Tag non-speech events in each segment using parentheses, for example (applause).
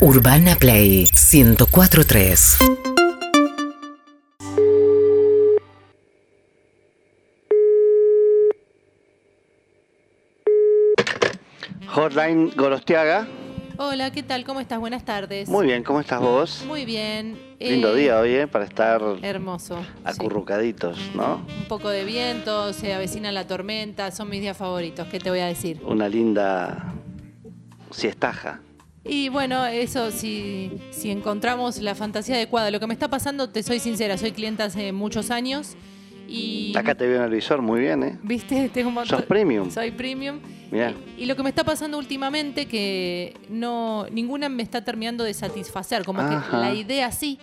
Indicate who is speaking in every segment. Speaker 1: Urbana Play 1043.
Speaker 2: Hotline Gorostiaga.
Speaker 3: Hola, ¿qué tal? ¿Cómo estás? Buenas tardes.
Speaker 2: Muy bien, ¿cómo estás vos?
Speaker 3: Muy bien. Eh,
Speaker 2: Lindo día hoy, ¿eh? Para estar
Speaker 3: Hermoso. sí.
Speaker 2: acurrucaditos, ¿no?
Speaker 3: Un poco de viento, se avecina la tormenta, son mis días favoritos, ¿qué te voy a decir?
Speaker 2: Una linda siestaja.
Speaker 3: Y bueno, eso, si, si encontramos la fantasía adecuada. Lo que me está pasando, te soy sincera, soy clienta hace muchos años y...
Speaker 2: Acá te veo en el visor muy bien, ¿eh?
Speaker 3: ¿Viste? (laughs) Tengo un montón-
Speaker 2: Sos premium.
Speaker 3: Soy premium.
Speaker 2: Mirá.
Speaker 3: Y, y lo que me está pasando últimamente que no ninguna me está terminando de satisfacer, como que
Speaker 2: Ajá.
Speaker 3: la idea sí,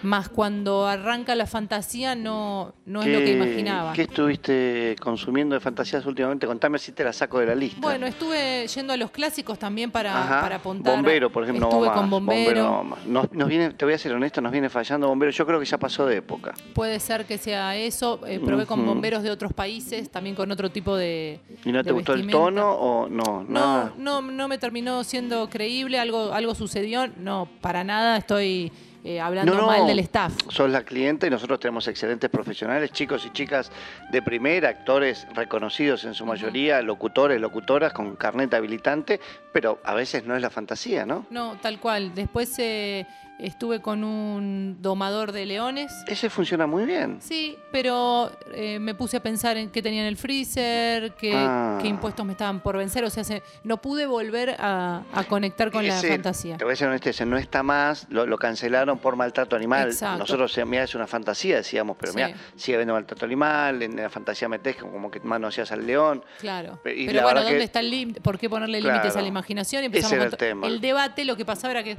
Speaker 3: más cuando arranca la fantasía no no es
Speaker 2: ¿Qué-
Speaker 3: lo que imaginaba.
Speaker 2: ¿Qué estuviste consumiendo de fantasías últimamente? Contame si te la saco de la lista.
Speaker 3: Bueno, estuve yendo a los clásicos también para,
Speaker 2: Ajá.
Speaker 3: para apuntar.
Speaker 2: Bombero, por ejemplo,
Speaker 3: Estuve
Speaker 2: no va
Speaker 3: con
Speaker 2: más.
Speaker 3: bombero.
Speaker 2: no va más. Nos, nos viene, te voy a ser honesto, nos viene fallando Bombero. Yo creo que ya pasó de época.
Speaker 3: Puede ser que sea eso. Eh, probé con
Speaker 2: Ujú.
Speaker 3: bomberos de otros países, también con otro tipo de.
Speaker 2: ¿Y no
Speaker 3: de
Speaker 2: te gustó
Speaker 3: vestimenta.
Speaker 2: el tono o no?
Speaker 3: No,
Speaker 2: nada?
Speaker 3: no, no me terminó siendo creíble, algo, algo sucedió. No, para nada estoy eh, hablando
Speaker 2: No, no.
Speaker 3: mal del staff.
Speaker 2: Sos la cliente y nosotros tenemos excelentes profesionales, chicos y chicas de primera, actores reconocidos en su mayoría, locutores, locutoras con carnet habilitante, pero a veces no es la fantasía, ¿no?
Speaker 3: No, tal cual. Después eh, estuve con un domador de leones.
Speaker 2: Ese funciona muy bien.
Speaker 3: Sí, pero eh, me puse a pensar en qué tenía en el freezer, qué,
Speaker 2: Ah.
Speaker 3: qué impuestos me estaban por vencer. O sea, se- no pude volver a, a conectar con
Speaker 2: Ese,
Speaker 3: la fantasía.
Speaker 2: Te voy a ser honesto, ese no está más, lo, lo cancelaron por maltrato animal.
Speaker 3: Exacto.
Speaker 2: Nosotros, eh, mirá, es una fantasía, decíamos, pero
Speaker 3: Sí.
Speaker 2: mira, sigue habiendo maltrato animal, en la fantasía metés como que manoseas al león.
Speaker 3: Claro.
Speaker 2: Pe- y
Speaker 3: Pero
Speaker 2: la
Speaker 3: bueno,
Speaker 2: verdad
Speaker 3: ¿dónde
Speaker 2: que-
Speaker 3: está el límite? ¿Por qué ponerle
Speaker 2: Claro.
Speaker 3: límites a la imaginación? Y
Speaker 2: Ese
Speaker 3: Empezamos
Speaker 2: era
Speaker 3: con
Speaker 2: el
Speaker 3: to-
Speaker 2: tema.
Speaker 3: debate, lo que pasaba era que.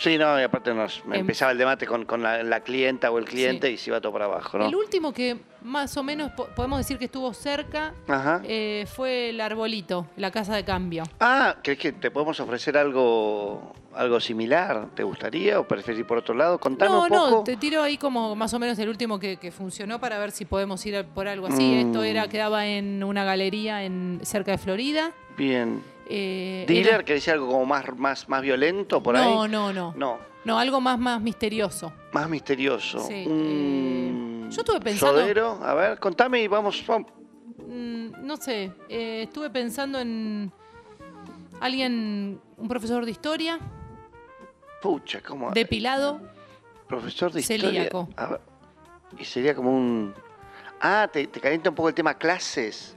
Speaker 2: Sí, no, y aparte nos
Speaker 3: Em-
Speaker 2: empezaba el debate con, con la, la clienta o el cliente y se iba todo para abajo, ¿no?
Speaker 3: El último que más o menos po- podemos decir que estuvo cerca
Speaker 2: Ajá.
Speaker 3: eh, fue el arbolito, la casa de cambio.
Speaker 2: Ah, ¿crees que te podemos ofrecer algo, algo similar? ¿Te gustaría o preferís ir por otro lado? Contanos un
Speaker 3: no,
Speaker 2: poco.
Speaker 3: no, te tiro ahí como más o menos el último que, que funcionó para ver si podemos ir a- por algo así.
Speaker 2: Mm.
Speaker 3: Esto era, quedaba en una galería en, cerca de Florida.
Speaker 2: Bien.
Speaker 3: Eh,
Speaker 2: ¿Dealer?
Speaker 3: era-
Speaker 2: ¿Querés algo como más, más, más violento por
Speaker 3: no,
Speaker 2: ahí?
Speaker 3: no, no, no.
Speaker 2: No,
Speaker 3: algo más, más misterioso.
Speaker 2: más misterioso.
Speaker 3: Sí,
Speaker 2: Un
Speaker 3: eh, yo estuve pensando-
Speaker 2: sodero. A ver, contame y vamos. vamos.
Speaker 3: Mm, no sé, eh, estuve pensando en alguien, un profesor de historia,
Speaker 2: Pucha, ¿cómo?
Speaker 3: depilado.
Speaker 2: Profesor de historia.
Speaker 3: celíaco.
Speaker 2: A ver, Y sería como un... Ah, te, te calienta un poco el tema clases.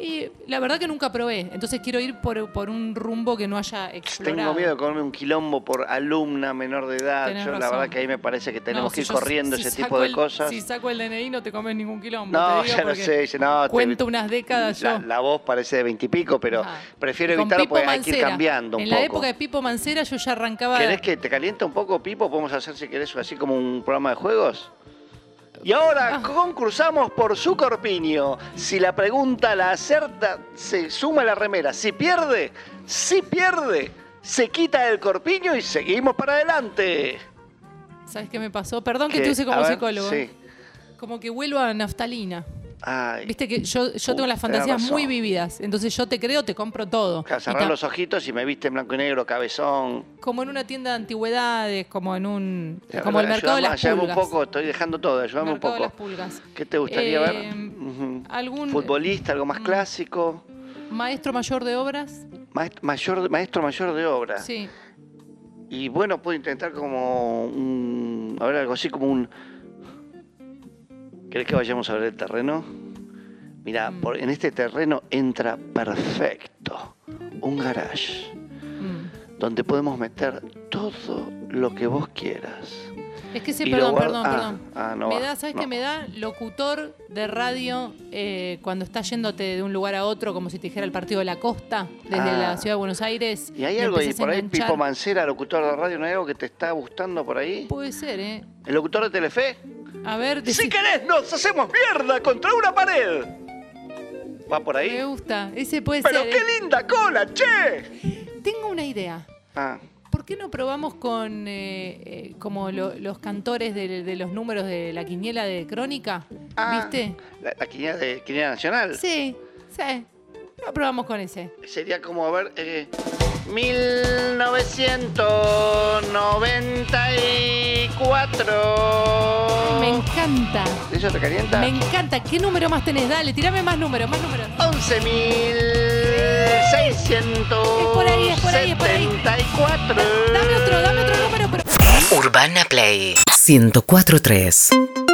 Speaker 3: Y la verdad que nunca probé, entonces quiero ir por, por un rumbo que no haya explorado.
Speaker 2: Tengo miedo de comerme un quilombo por alumna menor de edad.
Speaker 3: Tenés
Speaker 2: Yo, la
Speaker 3: razón.
Speaker 2: verdad que ahí me parece que tenemos
Speaker 3: No,
Speaker 2: que
Speaker 3: si
Speaker 2: ir
Speaker 3: yo-
Speaker 2: corriendo
Speaker 3: si
Speaker 2: ese
Speaker 3: saco
Speaker 2: tipo de
Speaker 3: el-
Speaker 2: cosas.
Speaker 3: Si saco el DNI no te comes ningún quilombo.
Speaker 2: (laughs) No,
Speaker 3: te digo
Speaker 2: ya lo
Speaker 3: porque
Speaker 2: sé. dice, No, te-
Speaker 3: Cuento unas décadas
Speaker 2: la,
Speaker 3: yo.
Speaker 2: la voz parece de veintipico, pero
Speaker 3: Ah.
Speaker 2: prefiero
Speaker 3: Y con
Speaker 2: evitarlo
Speaker 3: Pipo
Speaker 2: porque hay que ir
Speaker 3: Mancera.
Speaker 2: cambiando un
Speaker 3: en
Speaker 2: poco.
Speaker 3: la época de Pipo Mancera yo ya arrancaba.
Speaker 2: ¿Querés que te caliente un poco, Pipo? Podemos hacer, si querés, así como un programa de juegos. Y ahora
Speaker 3: Ah.
Speaker 2: concursamos por su corpiño. Si la pregunta la acerta, se suma la remera. Si pierde, si pierde, se quita el corpiño y seguimos para adelante.
Speaker 3: ¿Sabes qué me pasó? Perdón que
Speaker 2: ¿Qué?
Speaker 3: te use
Speaker 2: A
Speaker 3: como
Speaker 2: ver,
Speaker 3: psicólogo. ¿eh?
Speaker 2: sí.
Speaker 3: Como que vuelvo a naftalina.
Speaker 2: Ay.
Speaker 3: Viste que yo, yo
Speaker 2: Uh,
Speaker 3: tengo
Speaker 2: tenés
Speaker 3: las fantasías
Speaker 2: razón.
Speaker 3: muy vividas. Entonces yo te creo, te compro todo.
Speaker 2: Claro,
Speaker 3: Y
Speaker 2: Cerrá
Speaker 3: ta-
Speaker 2: los ojitos y me viste en blanco y negro, cabezón.
Speaker 3: Como en una tienda de antigüedades, como en un.
Speaker 2: La
Speaker 3: como el
Speaker 2: verdad,
Speaker 3: mercado de
Speaker 2: ayudame-
Speaker 3: las
Speaker 2: ayudame
Speaker 3: pulgas.
Speaker 2: un poco, estoy dejando todo, ayúdame un
Speaker 3: mercado de
Speaker 2: poco.
Speaker 3: las pulgas.
Speaker 2: ¿Qué te gustaría ver?
Speaker 3: Eh,
Speaker 2: Ujú.
Speaker 3: algún-
Speaker 2: Futbolista, algo
Speaker 3: Mm.
Speaker 2: más clásico.
Speaker 3: Maestro mayor de obras.
Speaker 2: Maest- mayor- maestro mayor de obra.
Speaker 3: Sí.
Speaker 2: Y bueno, puedo intentar como un. A ver, algo así como un. ¿Crees que vayamos a ver el terreno? Mira,
Speaker 3: Mm.
Speaker 2: en este terreno entra perfecto un garage
Speaker 3: Mm.
Speaker 2: donde podemos meter todo lo que vos quieras.
Speaker 3: Es que sé,
Speaker 2: Y lo
Speaker 3: perdón,
Speaker 2: guarda-
Speaker 3: perdón,
Speaker 2: ah,
Speaker 3: perdón.
Speaker 2: ah, no
Speaker 3: me
Speaker 2: va,
Speaker 3: da, ¿sabes
Speaker 2: no.
Speaker 3: qué me da? Locutor de radio eh, cuando estás yéndote de un lugar a otro, como si te dijera el partido de la costa, desde
Speaker 2: Ah.
Speaker 3: la ciudad de Buenos Aires.
Speaker 2: Y hay algo ahí,
Speaker 3: empezás a
Speaker 2: por ahí,
Speaker 3: enganchar.
Speaker 2: Pipo Mancera, locutor de radio, ¿no hay algo que te está gustando por ahí?
Speaker 3: Puede ser, ¿eh?
Speaker 2: ¿El locutor de Telefe?
Speaker 3: A ver,
Speaker 2: Si
Speaker 3: decí-
Speaker 2: querés, nos hacemos mierda contra una pared. ¿Va por
Speaker 3: me
Speaker 2: ahí?
Speaker 3: gusta. Ese puede
Speaker 2: Pero
Speaker 3: ser.
Speaker 2: qué
Speaker 3: ¿eh?
Speaker 2: linda cola, che.
Speaker 3: Tengo una idea.
Speaker 2: Ah,
Speaker 3: ¿Por qué no probamos con eh, eh, como lo- los cantores de, de los números de la quiniela de crónica?
Speaker 2: ah,
Speaker 3: ¿Viste?
Speaker 2: La, la quiniela de quiniela nacional.
Speaker 3: Sí, sí. Lo probamos con ese.
Speaker 2: Sería como a ver. eh, 1994.
Speaker 3: Me encanta.
Speaker 2: ¿Eso te calienta?
Speaker 3: Me encanta. ¿Qué número más tenés? Dale, tirame más números, más números.
Speaker 2: 11.674.
Speaker 3: Es por ahí, es por ahí, es por ahí. Dame otro, dame otro número, pero.
Speaker 1: Urbana Play 1043.